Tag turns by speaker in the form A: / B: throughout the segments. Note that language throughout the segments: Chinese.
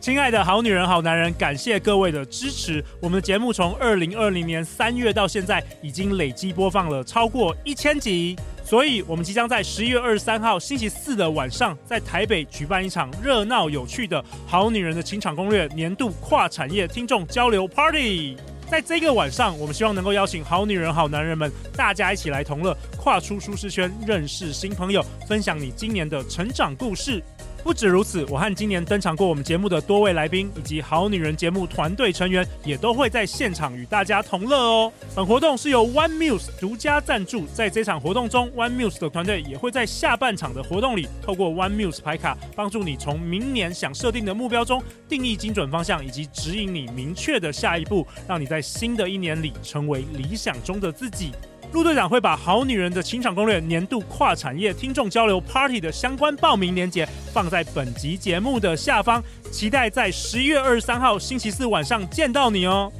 A: 亲爱的好女人、好男人，感谢各位的支持。我们的节目从二零二零年三月到现在，已经累计播放了超过一千集。所以，我们即将在十一月二十三号星期四的晚上，在台北举办一场热闹有趣的《好女人的情场攻略》年度跨产业听众交流 Party。在这个晚上，我们希望能够邀请好女人、好男人们，大家一起来同乐，跨出舒适圈，认识新朋友，分享你今年的成长故事。不止如此，我和今年登场过我们节目的多位来宾以及《好女人》节目团队成员也都会在现场与大家同乐哦。本活动是由 One Muse 独家赞助，在这场活动中，One Muse 的团队也会在下半场的活动里，透过 One Muse 牌卡，帮助你从明年想设定的目标中定义精准方向，以及指引你明确的下一步，让你在新的一年里成为理想中的自己。陆队长会把《好女人的情场攻略》年度跨产业听众交流 Party 的相关报名链接放在本集节目的下方，期待在十月二十三号星期四晚上见到你哦。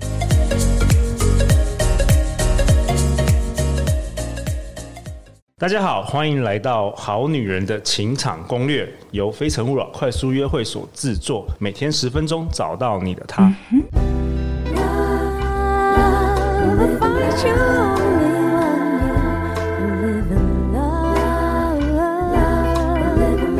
B: 大家好，欢迎来到《好女人的情场攻略》，由非诚勿扰快速约会所制作，每天十分钟，找到你的他。
C: 嗯
D: Love, if I truly want you, live in love, live in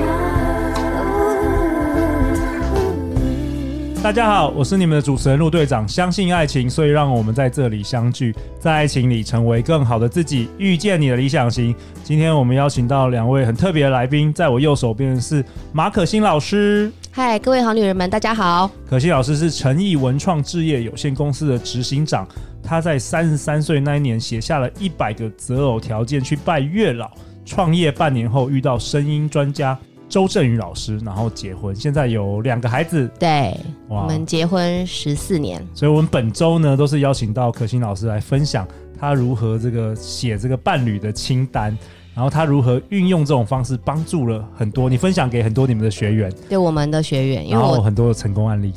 D: love.
A: 大家好，我是你们的主持人陆队长。相信爱情，所以让我们在这里相聚，在爱情里成为更好的自己，遇见你的理想型。今天我们邀请到两位很特别的来宾，在我右手边的是马可欣老师。
C: 嗨，各位好女人们，大家好。
A: 可惜老师是诚毅文创置业有限公司的执行长，他在三十三岁那一年写下了一百个择偶条件去拜月老，创业半年后遇到声音专家周振宇老师，然后结婚，现在有两个孩子。
C: 对，
A: 哇
C: 我们结婚十四年，
A: 所以我们本周呢都是邀请到可心老师来分享他如何这个写这个伴侣的清单。然后他如何运用这种方式帮助了很多，你分享给很多你们的学员，
C: 对我们的学员，因为
A: 然后
C: 我
A: 很多的成功案例，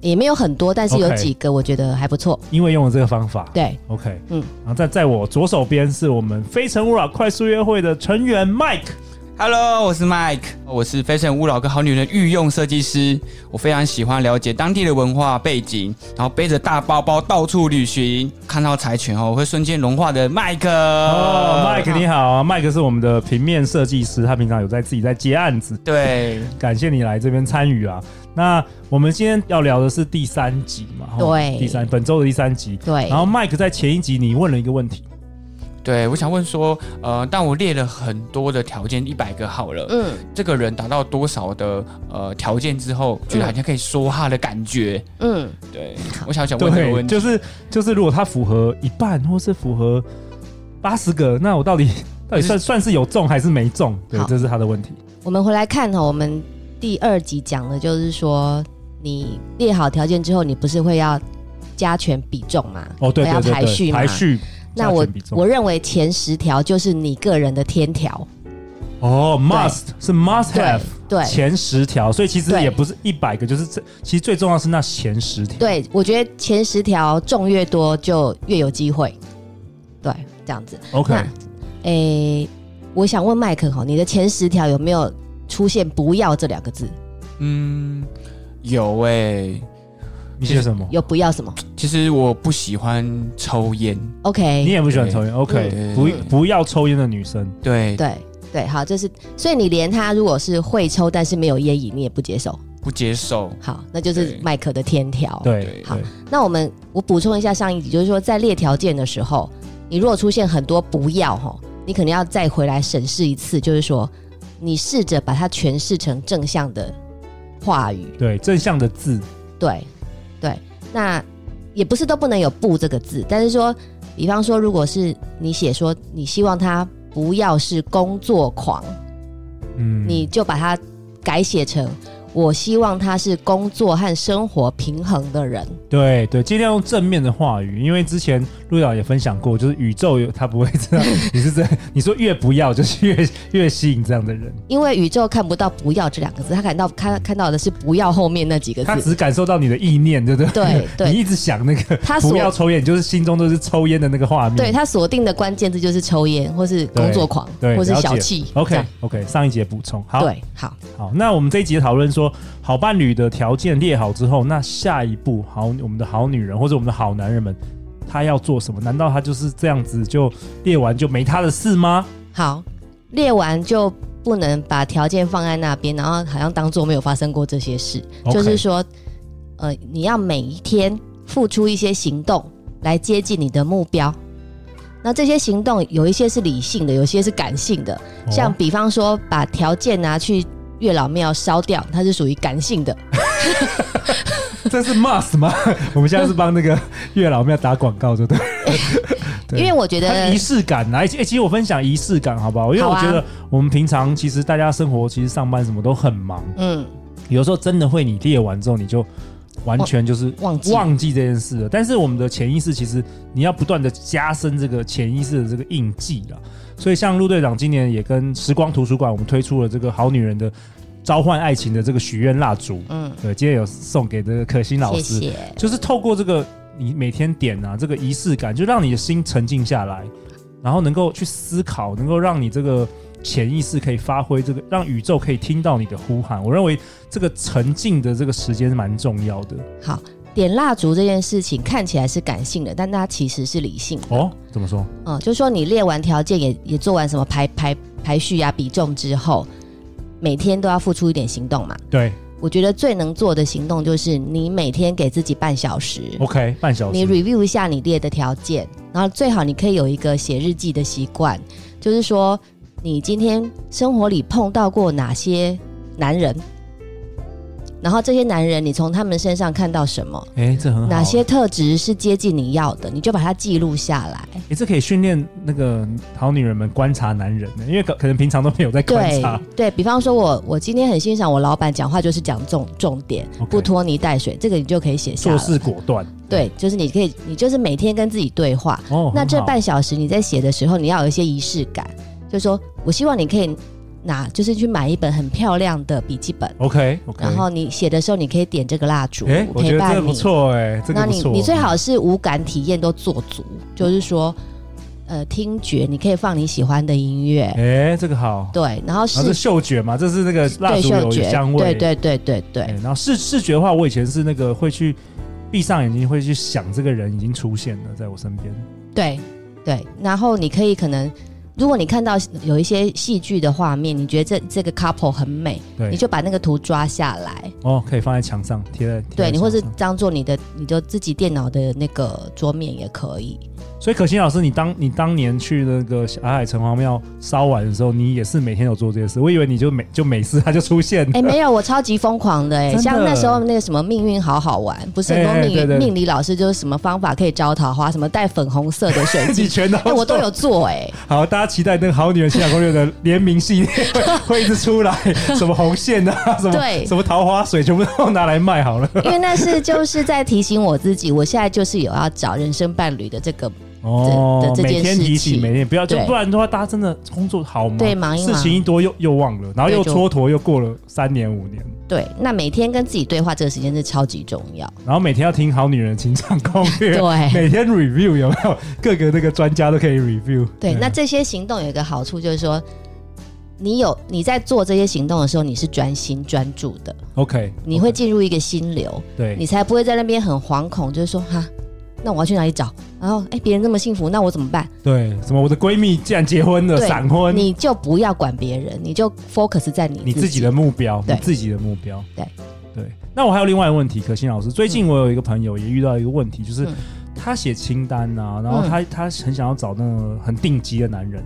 C: 也没有很多，但是有
A: OK
C: 几个我觉得还不错。
A: 因为用了这个方法，
C: 对，
A: OK，嗯
C: 嗯，
A: 然后在在我左手边是我们非诚勿扰快速约会的成员 Mike，
E: Hello，我是 Mike，我是非诚勿扰跟好女人御用设计师。我非常喜欢了解当地的文化背景，然后背着大包包到处旅行，看到柴犬后我会瞬间融化的 Mike。
A: 哦
E: 哦
A: ，Mike 你好啊，Mike 是我们的平面设计师，他平常有在自己在接案子，
E: 对，
A: 感谢你来这边参与啊。那我们今天要聊的是第三集嘛，哈
C: 对
A: 第三本周的第三集，
C: 对
A: 然后 Mike 在前一集你问了一个问题，
E: 对，我想问说，呃，但我列了很多的条件，一百个好了，
C: 嗯
E: 这个人达到多少的呃条件之后，觉得好像可以说话的感觉？
C: 嗯，
E: 对，我想想问这个问题，
A: 就是就是如果他符合一半或是符合八十个，那我到底 到底算算是有中还是没中？对，
C: 好
A: 这是他的问题。
C: 我们回来看哈、我们第二集讲的就是说，你列好条件之后，你不是会要加权比重嘛？
A: 哦，对对
C: 要
A: 对对，
C: 排序嘛
A: 排序。
C: 那
A: 加
C: 我
A: 权比重
C: 我认为前十条就是你个人的天条，
A: 哦，must 是 must
C: 对
A: have
C: 对
A: 前十条，所以其实
C: 对
A: 也不是一百个，就是这其实最重要是那前十条。
C: 对，我觉得前十条中越多就越有机会，对，这样子。
A: ，OK，
C: 那诶、我想问麦克哈，你的前十条有没有出现“不要”这两个字？
E: 嗯，有诶、
A: 你写什么？
C: 有“不要”什么
E: 其实我不喜欢抽烟，
C: ？OK，
A: 你也不喜欢抽烟，OK？
E: 嗯
A: 不不要抽烟的女生，
E: 对，
C: 对对，好，这是所以你连他如果是会抽但是没有烟瘾，你也不接受。
E: 不接受。
C: 好，那就是
E: 对
C: 麦克的天条。，
A: 对
C: 哦好
A: 对，
C: 那我们我补充一下上一集，就是说在列条件的时候，你如果出现很多“不要”哈，你可能要再回来审视一次，就是说你试着把它诠释成正向的话语。
A: 对正向的字，
C: 对，对，那也不是都不能有“不”这个字，但是说，比方说，如果是你写说你希望他不要是工作狂，
A: 嗯，
C: 你就把它改写成我希望他是工作和生活平衡的人。
A: 对对，尽量用正面的话语，因为之前陆瑶也分享过，就是宇宙有他不会知 道你是这，你说越不要就是越越吸引这样的人，
C: 因为宇宙看不到“不要”这两个字，他看到看看到的是“不要”后面那几个
A: 他
C: 字。
A: 只感受到你的意念，对不对？
C: 对 对
A: 你一直想那个
C: 他所
A: 不要抽烟，你就是心中都是抽烟的那个画面，
C: 对他锁定的关键字就是抽烟，或是工作狂，
A: 对，
C: 或是
A: 了解
C: 小气。这
A: OK
C: 样
A: OK，上一节补充。好，
C: 对，好，
A: 好，那我们这一集讨论说，说好伴侣的条件列好之后，那下一步好我们的好女人或者我们的好男人们，他要做什么？难道他就是这样子就列完就没他的事 吗？
C: 好，列完就不能把条件放在那边，然后好像当做没有发生过这些事。
A: OK
C: 就是说，呃，你要每一天付出一些行动来接近你的目标。那这些行动有一些是理性的，有些是感性的。像
A: 哦
C: 比方说，把条件拿去月老庙烧掉，它是属于感性的。
A: 这是 must 吗？ 我们现在是帮那个月老庙打广告，对不对？对
C: 因为我觉
A: 它
C: 得
A: 仪式感来、啊，哎其哎其实我分享仪式感好不好？因为
C: 好
A: 我
C: 啊
A: 觉得我们平常其实大家生活其实上班什么都很忙，
C: 嗯，
A: 有时候真的会你列完之后你就完全就是
C: 忘记
A: 忘记这件事了。但是我们的潜意识其实你要不断的加深这个潜意识的这个印记啊。所以像陆队长今年也跟时光图书馆我们推出了这个好女人的召唤爱情的这个许愿蜡烛，
C: 嗯，
A: 对，今天有送给这个可心老
C: 谢
A: 师。
C: 谢。
A: 就是透过这个你每天点啊这个仪式感，就让你的心沉静下来，然后能够去思考，能够让你这个潜意识可以发挥这个，让宇宙可以听到你的呼喊。我认为这个沉静的这个时间是蛮重要的
C: 好，点蜡烛这件事情看起来是感性的，但它其实是理性的。
A: 哦。怎么说？
C: 嗯，就是说你列完条件也也做完什么排排排序啊、比重之后，每天都要付出一点行动嘛。
A: 对
C: 我觉得最能做的行动就是你每天给自己半小时，
A: ，OK，半小
C: 你
A: 时。
C: review 一下你列的条件，然后最好你可以有一个写日记的习惯，就是说你今天生活里碰到过哪些男人，然后这些男人你从他们身上看到什么，
A: 哎、这很好。
C: 哪些？特质是接近你要的，你就把它记录下来。
A: 哎、这可以训练那个好女人们观察男人呢，因为可可能平常都没有在观
C: 对
A: 察。
C: 对，比方说我我今天很欣赏我老板讲话就是讲重重点
A: OK
C: 不拖泥带水，这个你就可以写下
A: 做
C: 来。
A: 事果断
C: 对，就是你可以，你就是每天跟自己对话。
A: 哦，
C: 那
A: 很
C: 这
A: 好
C: 半小时你在写的时候，你要有一些仪式感，就是说我希望你可以拿，就是去买一本很漂亮的笔记本，
A: OK OK，
C: 然后你写的时候你可以点这个蜡烛，
A: 哎、我觉
C: 陪
A: 得这
C: 伴
A: 个不
C: 你。
A: 错哎、这
C: 那
A: 个不
C: 你
A: 错。
C: 你最好是五感体验都做足，就是说，呃，听觉你可以放你喜欢的音乐，
A: 哎、这个好。
C: 对，然后视
A: 啊，这嗅觉嘛，这是那个蜡
C: 对
A: 烛
C: 嗅
A: 有
C: 觉，
A: 香味。
C: 对对对对对，
A: 哎然后视视觉的话，我以前是那个会去闭上眼睛，会去想这个人已经出现了在我身边。
C: 对对，然后你可以可能，如果你看到有一些戏剧的画面，你觉得这这个 couple 很美，
A: 对，
C: 你就把那个图抓下来，
A: 哦，可以放在墙上贴在。贴在
C: 对你或是
A: 墙上
C: 当做你的，你就自己电脑的那个桌面也 可以。
A: 所以可心老师，你当你当年去那个小海城隍庙烧完的时候，你也是每天有做这些事。我以为你就每就每次他就出现了。
C: 哎，没有，我超级疯狂的哎，
A: 真的
C: 像那时候那个什么命运好好玩，不是很多
A: 哎哎
C: 命
A: 对对
C: 运命理老师就是什么方法可以招桃花，什么带粉红色的 水
A: 你
C: 晶。
A: 全都、
C: 哎、我都有。做哎、
A: 好，大家期待那个《好女人情感攻略》的联名系 列会会一直出来，什么红线啊，什么
C: 对
A: 什么桃花水，全部都拿来卖好了。
C: 因为那是就是在提醒我自己，我现在就是有要找人生伴侣的这个
A: 哦
C: 的，这件
A: 每天提
C: 事
A: 醒，
C: 情
A: 每天不要，就
C: 对
A: 不然的话，大家真的工作好忙，
C: 对忙一忙
A: 事情一多又又忘了，然后
C: 对
A: 又
C: 就
A: 蹉跎，又过了三年五年，
C: 对，那每天跟自己对话这个时间是超级重 要。
A: 然后每天要听《好女人情场攻略》，
C: 对
A: 每天 review 有没有？ 各个那个专家都可以 review。
C: 对，那这些行动有一个好处就是说，你有你在做这些行动的时候，你是专心专注的，
A: OK，
C: 你会进入一个心流，
A: 对
C: 你才不会在那边很惶恐，就是说哈，那我要去哪里找？然后哎，别人那么幸福，那我怎么办？
A: 对什么？我的闺蜜竟然结婚了，
C: 对
A: 闪婚，
C: 你就不要管别人，你就 focus 在你
A: 嗯你自己的目标，你
C: 对
A: 自己的目标，
C: 对
A: 对。那我还有另外一个问题，可心老师，最近我有一个朋友也遇到一个问题，就是
C: 嗯
A: 他写清单啊，然后他他很想要找那个很顶级的男人，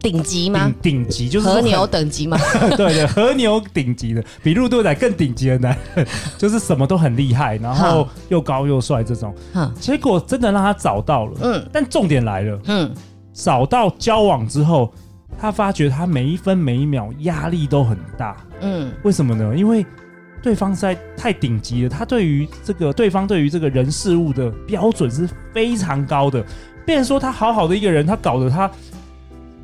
C: 顶级吗
A: 顶？顶级嗯就是说
C: 和
A: 很
C: 牛等级吗？
A: 对对，和牛顶级的，比陆队长更顶级的男人， 就是什么都很厉害，然后又高又帅这种。
C: 哈，
A: 结果真的让他找到了，
C: 嗯
A: 但重点来了，
C: 嗯，
A: 找到交往之后，他发觉他每一分每一秒压力都很大，
C: 嗯，
A: 为什么呢？因为对方实在太顶级了，他对于这个对方对于这个人事物的标准是非常高的。变成说他好好的一个人，他搞得他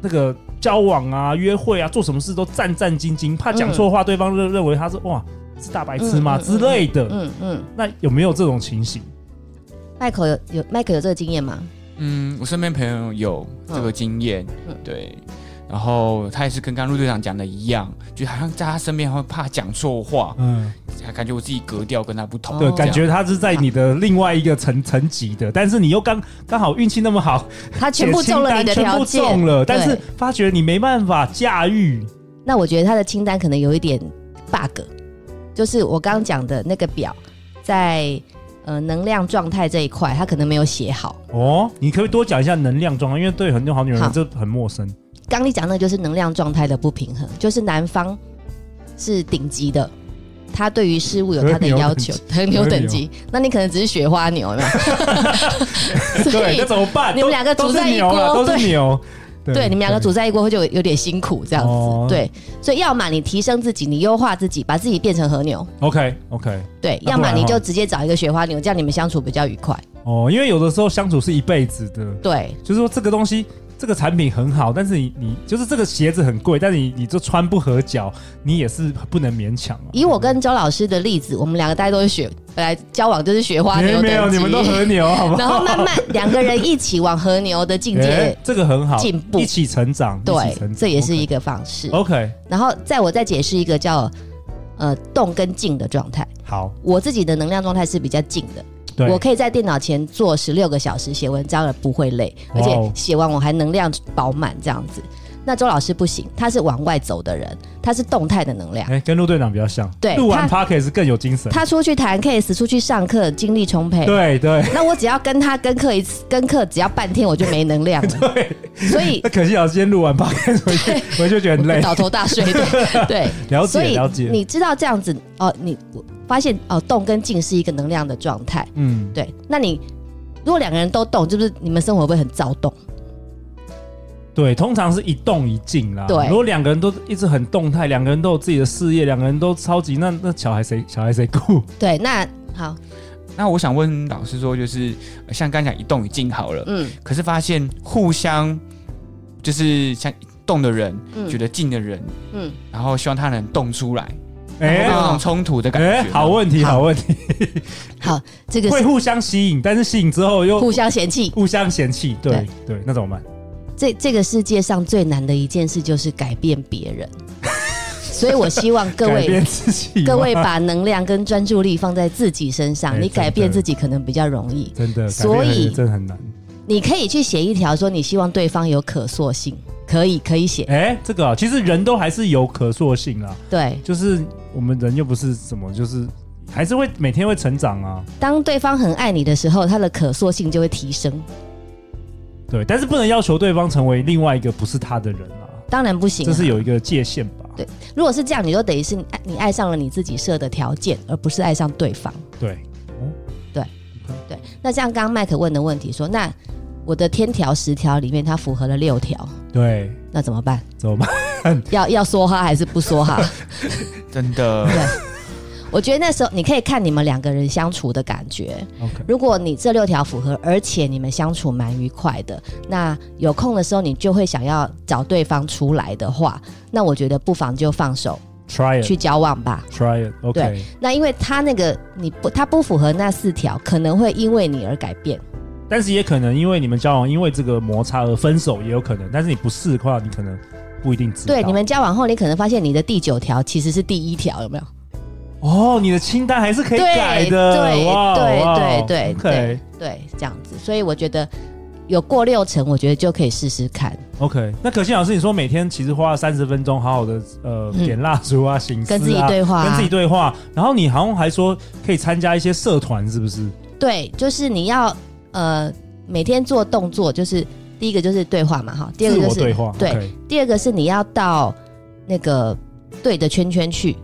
A: 那个交往啊、约会啊、做什么事都战战兢兢，怕讲错话，对方认认为他是哇是大白痴吗、
C: 嗯嗯嗯
A: 之类的。
C: 嗯嗯，
A: 那有没有这种情形？
C: 麦克有有麦克有这个经验吗？
A: 嗯
E: 嗯，我身边朋友有这个经验，
C: 嗯
E: 对。然后他也是跟刚刚陆队长讲的一样，就好像在他身边会怕讲错话，
A: 嗯，
E: 感觉我自己格调跟他不同，
A: 对，
E: 这样
A: 感觉他是在你的另外一个层层级的，但是你又刚刚好运气那么好，
C: 他嗯全部
A: 且清
C: 中了
A: 单
C: 你的
A: 全
C: 条
A: 部
C: 件，
A: 中了，但是
C: 对
A: 发觉你没办法驾驭，
C: 那我觉得他的清单可能有一点 bug，就是我刚刚讲的那个表，在呃能量状态这一块，他可能没有写好。
A: 哦，你可不可以多讲一下能量状况？因为对很多好女人
C: 好
A: 这很陌 生。
C: 刚你讲那个就是能量状态的不平衡，就是男方是顶级的，他对于事物有他的要 求，很牛等级。那你可能只是雪花 牛，有没有？所
A: 对，
C: 以
A: 那怎么办？
C: 你们两个
A: 都
C: 煮
A: 是
C: 在一
A: 牛啦
C: 锅，
A: 都是牛。
C: 对，你们两个组在一锅就有有点辛苦这样子。
A: 哦
C: 对，所以要么你提升自己，你优化自己，把自己变成和牛；
A: OK OK
C: 对，
A: 那
C: 要
A: 不
C: 么
A: 然
C: 你
A: 哈
C: 就直接找一个雪花牛，这样你们相处比较愉快。
A: 哦，因为有的时候相处是一辈子的，
C: 对，
A: 就是说这个东西。这个产品很好，但是你你就是这个鞋子很贵，但是你你就穿不合脚，你也是不能勉强啊。
C: 以我跟周老师的例子，我们两个大家都是雪，本来交往就是雪花
A: 没
C: 牛
A: 有没有，
C: 等级
A: 你们都和牛，好不好？
C: 然后慢慢两个人一起往和牛的境 界
A: 哎，这个很好，
C: 进步
A: 一起成长，一起成
C: 对，
A: 长
C: 这也是一个方式。
A: OK。OK，
C: 然后再我再解释一个叫呃动跟静的状态。
A: 好，
C: 我自己的能量状态是比较静的，
A: 对，
C: 我可以在电脑前坐十六个小时写文章而不会累，
A: 哇
C: 而
A: 哦
C: 且写完我还能量饱满这样子。那周老师不行，他是往外走的人，他是动态的能量。
A: 哎，跟陆队长比较像，
C: 对
A: 录完
C: 他
A: Podcast 更有精神，
C: 他出去谈 case，出去上课，精力充沛。
A: 对对
C: 那我只要跟他跟课一次，跟课只要半天，我就没能量了。
A: 对。
C: 所以
A: 那可惜啊，今天录完 Podcast 回去， 我就觉得很累。
C: 倒头大睡 的，对，
A: 了
C: 所
A: 解
C: 以
A: 了解，
C: 你知道这样子哦，你我发现哦，动跟静是一个能量的状态，
A: 嗯，
C: 对。那你如果两个人都动，就是你们生活会不会很躁动？
A: 对，通常是一动一静啦。
C: 对
A: 如果两个人都一直很动态，两个人都有自己的事业，两个人都超级，那那小孩谁小孩谁 顾？
C: 对，那好，
E: 那我想问老师说，就是呃像刚讲一动一静好了，
C: 嗯
E: 可是发现互相就是像动的人、
C: 嗯
E: 觉得静的人，
C: 嗯，
E: 然后希望他能动出来，会
A: 哎
E: 不会有那
C: 哦
E: 种冲突的感
A: 哎，
E: 觉。
A: 好，问题好问题，
C: 好，这个
A: 会
C: 是
A: 互相吸引，但是吸引之后又
C: 互相嫌弃。
A: 互相嫌弃，对对，那怎么办？
C: 这这个世界上最难的一件事就是改变别 人，所以我希望各
A: 改变
C: 位。
A: 自己吗，
C: 各位把能量跟专注力放在自己身上，
A: 哎
C: 你改
A: 真
C: 变
A: 的
C: 自己可能比较容 易。
A: 真的，
C: 所以
A: 改变很真的很难。
C: 你可以去写一条说你希望对方有可塑性，可以可以写，
A: 哎、这个啊，其实人都还是有可塑性啦，
C: 对。
A: 就是我们人又不是什么，就是还是会每天会成长啊，
C: 当对方很爱你的时候，他的可塑性就会提升。
A: 对，但是不能要求对方成为另外一个不是他的人啊，
C: 当然不行、
A: 这
C: 啊，
A: 是有一个界限吧？
C: 对如果是这样，你就等于是你爱你爱上了你自己设的条件，而不是爱上对方。
A: 对，
C: 对，那像刚刚麦克问的问题说，那我的天条十条里面，他符合了六条，
A: 对，
C: 那怎么办？
A: 怎么办？
C: 要要说哈还是不说哈？
E: 真的，
C: 对，我觉得那时候你可以看你们两个人相处的感觉。
A: OK
C: 如果你这六条符合，而且你们相处蛮愉快的，那有空的时候你就会想要找对方出来的话，那我觉得不妨就放手
A: Try
C: 去
A: it。
C: 交往吧。
A: Try it, OK，
C: 对那因为他那个你不他不符合那四条，可能会因为你而改变。
A: 但是也可能因为你们交往，因为这个摩擦而分手也有可能。但是你不试的话，你可能不一定知道。
C: 对，你们交往后，你可能发现你的第九条其实是第一条，有没有？
A: 哦，你的清单还是可以
C: 对
A: 改的，
C: 对
A: 哇
C: 对
A: 哇
C: 对对
A: OK
C: 对，这样子，所以我觉得有过六成，我觉得就可以试试看，
A: OK，那可心老师，你说每天其实花了三十分钟，好好的呃
C: 嗯
A: 点蜡烛啊、行思啊、
C: 跟自己对话啊、
A: 跟自己对话，然后你好像还说可以参加一些社团，是不是？
C: 对，就是你要呃每天做动作，就是第一个就是对话嘛，哈，第二
A: 自
C: 个就
A: 我
C: 是
A: 对话，
C: 对
A: OK
C: 第二个是你要到那个对的圈圈去。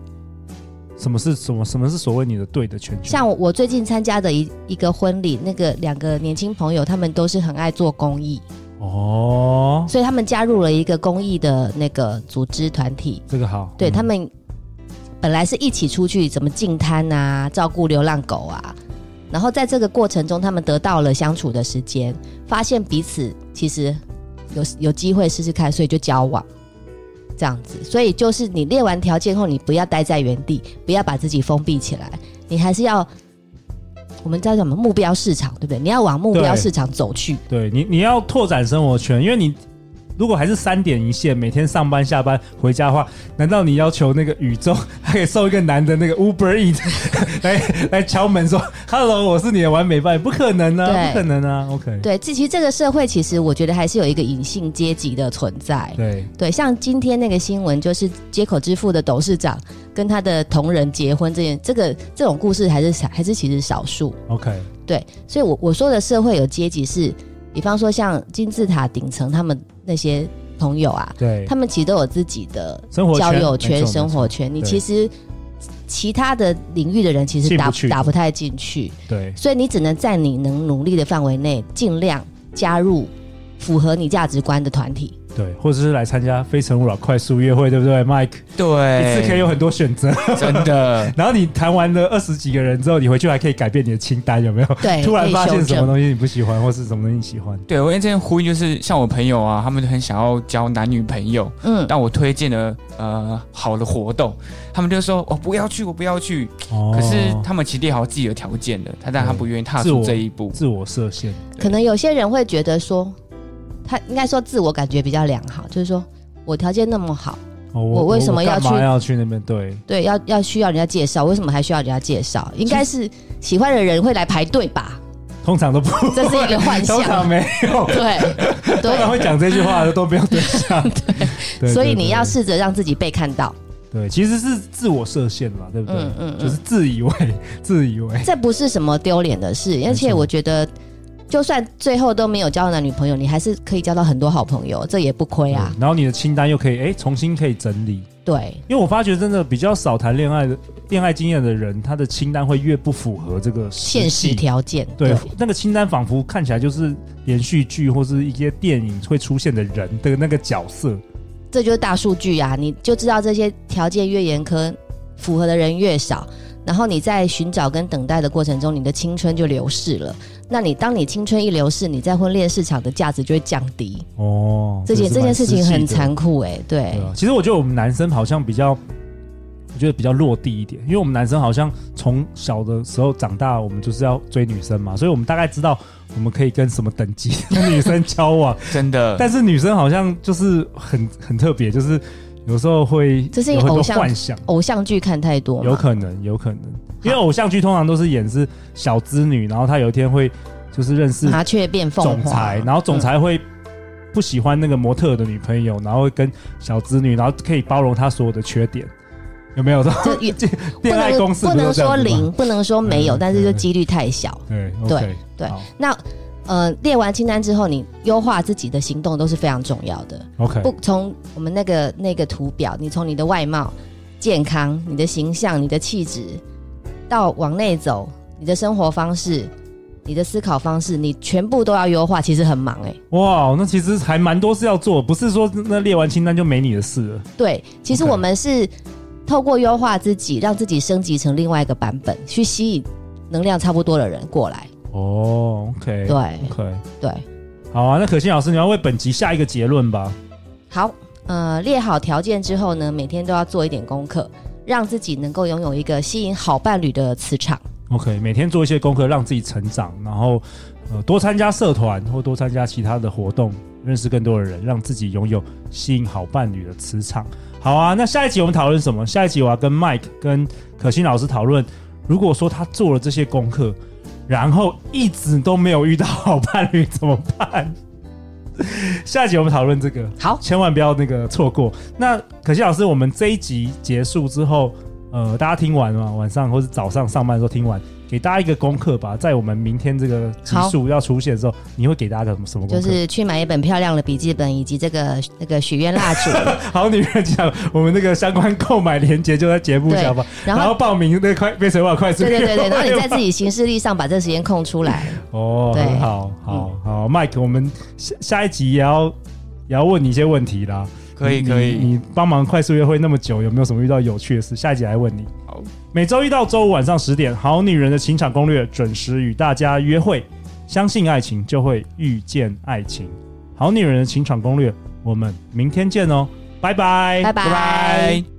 A: 什么是什么？什么是所谓你的对的圈圈？
C: 像我我最近参加的一一个婚礼，那个两个年轻朋友，他们都是很爱做公益，
A: 哦，
C: 所以他们加入了一个公益的那个组织团体。
A: 这个好，
C: 对、
A: 嗯
C: 他们本来是一起出去怎么进摊啊，照顾流浪狗啊，然后在这个过程中，他们得到了相处的时间，发现彼此其实有有机会试试看，所以就交往。这样子，所以就是你列完条件后，你不要待在原地，不要把自己封闭起来，你还是要我们叫什么目标市场，对不对？你要往目标
A: 对
C: 市场走去。
A: 对你你要拓展生活圈，因为你如果还是三点一线，每天上班下班回家的话，难道你要求那个宇宙还可以送一个男的那个 Uber Eat 来来敲门说 “Hello，我是你的完美伴侣”？不可能啊，
C: 对
A: 不可能啊。OK，
C: 对，这其实这个社会其实我觉得还是有一个隐性阶级的存在。
A: 对
C: 对，像今天那个新闻，就是接口支付的董事长跟他的同仁结婚这件，这个这种故事还是还是其实少数。
A: ，OK，
C: 对，所以我我说的社会有阶级是，比方说像金字塔顶层他们那些朋友啊，
A: 对
C: 他，们其实都有自己的
A: 生活圈
C: 交友
A: 没
C: 圈、
A: 错
C: 生活圈，你
A: 对
C: 其实其他的领域的人其实
A: 进不
C: 打
A: 去
C: 打不太进去。
A: 对，
C: 所以你只能在你能努力的范围内，尽量加入符合你价值观的团体。
A: 对，或者是来参加《非诚勿扰》快速约会，对不对，Mike？
E: 对，
A: 一次可以有很多选择。。
E: 真的
A: 然后你谈完了二十几个人之后，你回去还可以改变你的清单，有没有？
C: 对，
A: 突然发
C: 可以
A: 现
C: 修
A: 什么
C: 正。
A: 东西你不喜欢，或是什么东西你喜欢。
E: 对，我因为这样呼应就是像我朋友啊，他们就很想要交男女朋友，
C: 嗯，
E: 但我推荐了呃好的活动，他们就说我不要去，我不要去。
A: 哦
E: 可是他们其实列好自己的条件了，他但他
A: 对
E: 不愿意踏
A: 自
E: 出
A: 我
E: 这一步。
A: 自我设限，
C: 可能有些人会觉得说，他应该说自我感觉比较良好，就是说我条件那么好，
A: 哦、我
C: 我为什么
A: 我干
C: 要
A: 嘛
C: 去
A: 要去那边？对，
C: 对，要要需要人家介绍，为什么还需要人家介绍？应该是喜欢的人会来排队 吧，
A: 通常都 不，
C: 这是一个幻
A: 通常
C: 想。
A: 没有，
C: 对
A: 通常
C: 对，
A: 会讲这句话的都没有对 象。对
C: 所以你要
A: 对
C: 试着让自己被看到。
A: 对，其实是自我设限嘛，对不对？
C: 嗯嗯嗯
A: 就是自以为，自以为，
C: 这不是什么丢脸的事，而且我觉得，就算最后都没有交到男女朋友，你还是可以交到很多好朋友，这也不亏啊。
A: 对嗯然后你的清单又可以哎重新可以整理，
C: 对
A: 因为我发觉真的比较少谈恋爱的恋爱经验的人，他的清单会越不符合这个
C: 现实
A: 际
C: 条件，
A: 对，那个清单仿佛看起来就是连续剧或是一些电影会出现的人的那个角色。
C: 这就是大数据啊，你就知道这些条件越严苛，符合的人越少。然后你在寻找跟等待的过程中，你的青春就流逝了。那你当你青春一流逝，你在婚恋市场的价值就会降低。
A: 哦，
C: 这件
A: 是
C: 这件
A: 蛮
C: 事
A: 实
C: 情
A: 际
C: 很
A: 的
C: 残酷哎、对
A: 对啊，其实我觉得我们男生好像比较，我觉得比较落地一点，因为我们男生好像从小的时候长大，我们就是要追女生嘛，所以我们大概知道我们可以跟什么等级的女生交往，
E: 真的，
A: 但是女生好像就是很很特别，就是有时候会
C: 这是
A: 有很
C: 偶
A: 多
C: 像
A: 幻想。
C: 偶像剧看太多嘛，
A: 有可能，有可能，因为偶像剧通常都是演是小资女，然后她有一天会就是认识
C: 麻雀变凤凰，
A: 总裁，然后
C: 嗯
A: 总裁会不喜欢那个模特儿的女朋友，然后会跟小资女，然后可以包容她所有的缺点，有没有？
C: 这也
A: 恋爱公式
C: 不能
A: 是这样子吗
C: 说零，不能说没有，
A: 嗯
C: 但是
A: 对
C: 就几率太小。
A: 对
C: 对
A: OK，
C: 对
A: 好
C: 那呃，列完清单之后，你优化自己的行动都是非常重要的。
A: ，OK，
C: 不从我们那个那个图表，你从你的外貌、健康、你的形象、你的气质，到往内走，你的生活方式、你的思考方式，你全部都要优化，其实很忙哎、
A: 哇，哦那其实还蛮多事要做，不是说那列完清单就没你的事了。
C: 对，其实
A: OK
C: 我们是透过优化自己，让自己升级成另外一个版本，去吸引能量差不多的人过来。
A: 哦，OK，
C: 对
A: ，OK，
C: 对。
A: 好啊，那可心老师，你要为本集下一个结论吧。
C: 好，呃，列好条件之后呢，每天都要做一点功课，让自己能够拥有一个吸引好伴侣的磁场。
A: OK，每天做一些功课，让自己成长，然后呃多参加社团或多参加其他的活动，认识更多的人，让自己拥有吸引好伴侣的磁场。好啊，那下一集我们讨论什么？下一集我要跟 Mike 跟可心老师讨论，如果说他做了这些功课，然后一直都没有遇到好伴侣怎么办？ 下一集我们讨论这个。
C: 好，
A: 千万不要那个错过。那可惜老师，我们这一集结束之后，呃，大家听完嘛，晚上或是早上上班的时候听完，给大家一个功课吧，在我们明天这个集数要出现的时候，你会给大家什么什么功
C: 就
A: 课？
C: 是去买一本漂亮的笔记本，以及这个那个许愿 蜡烛，
A: 好女人讲，我们那个相关购买链接就在节目下方，
C: 然后。
A: 报名那个快变成我快速
C: 对
A: 约
C: 对
A: 会
C: 对 对，然后你在自己行事历上把这时间空出 来。
A: 哦，
C: 对嗯
A: 很好好好，Mike，我们下下一集也要也要问你一些问题啦。
E: 可以
A: 你
E: 可
A: 你
E: 以，
A: 你帮忙快速约会那么久，有没有什么遇到有趣的事？下一集来问你。
E: 好，
A: 每周一到周五晚上十点，《好女人的情场攻略》准时与大家约会。相信爱情，就会遇见爱情。《好女人的情场攻略》，我们明天见哦，拜拜，
C: 哎拜拜
E: 拜拜。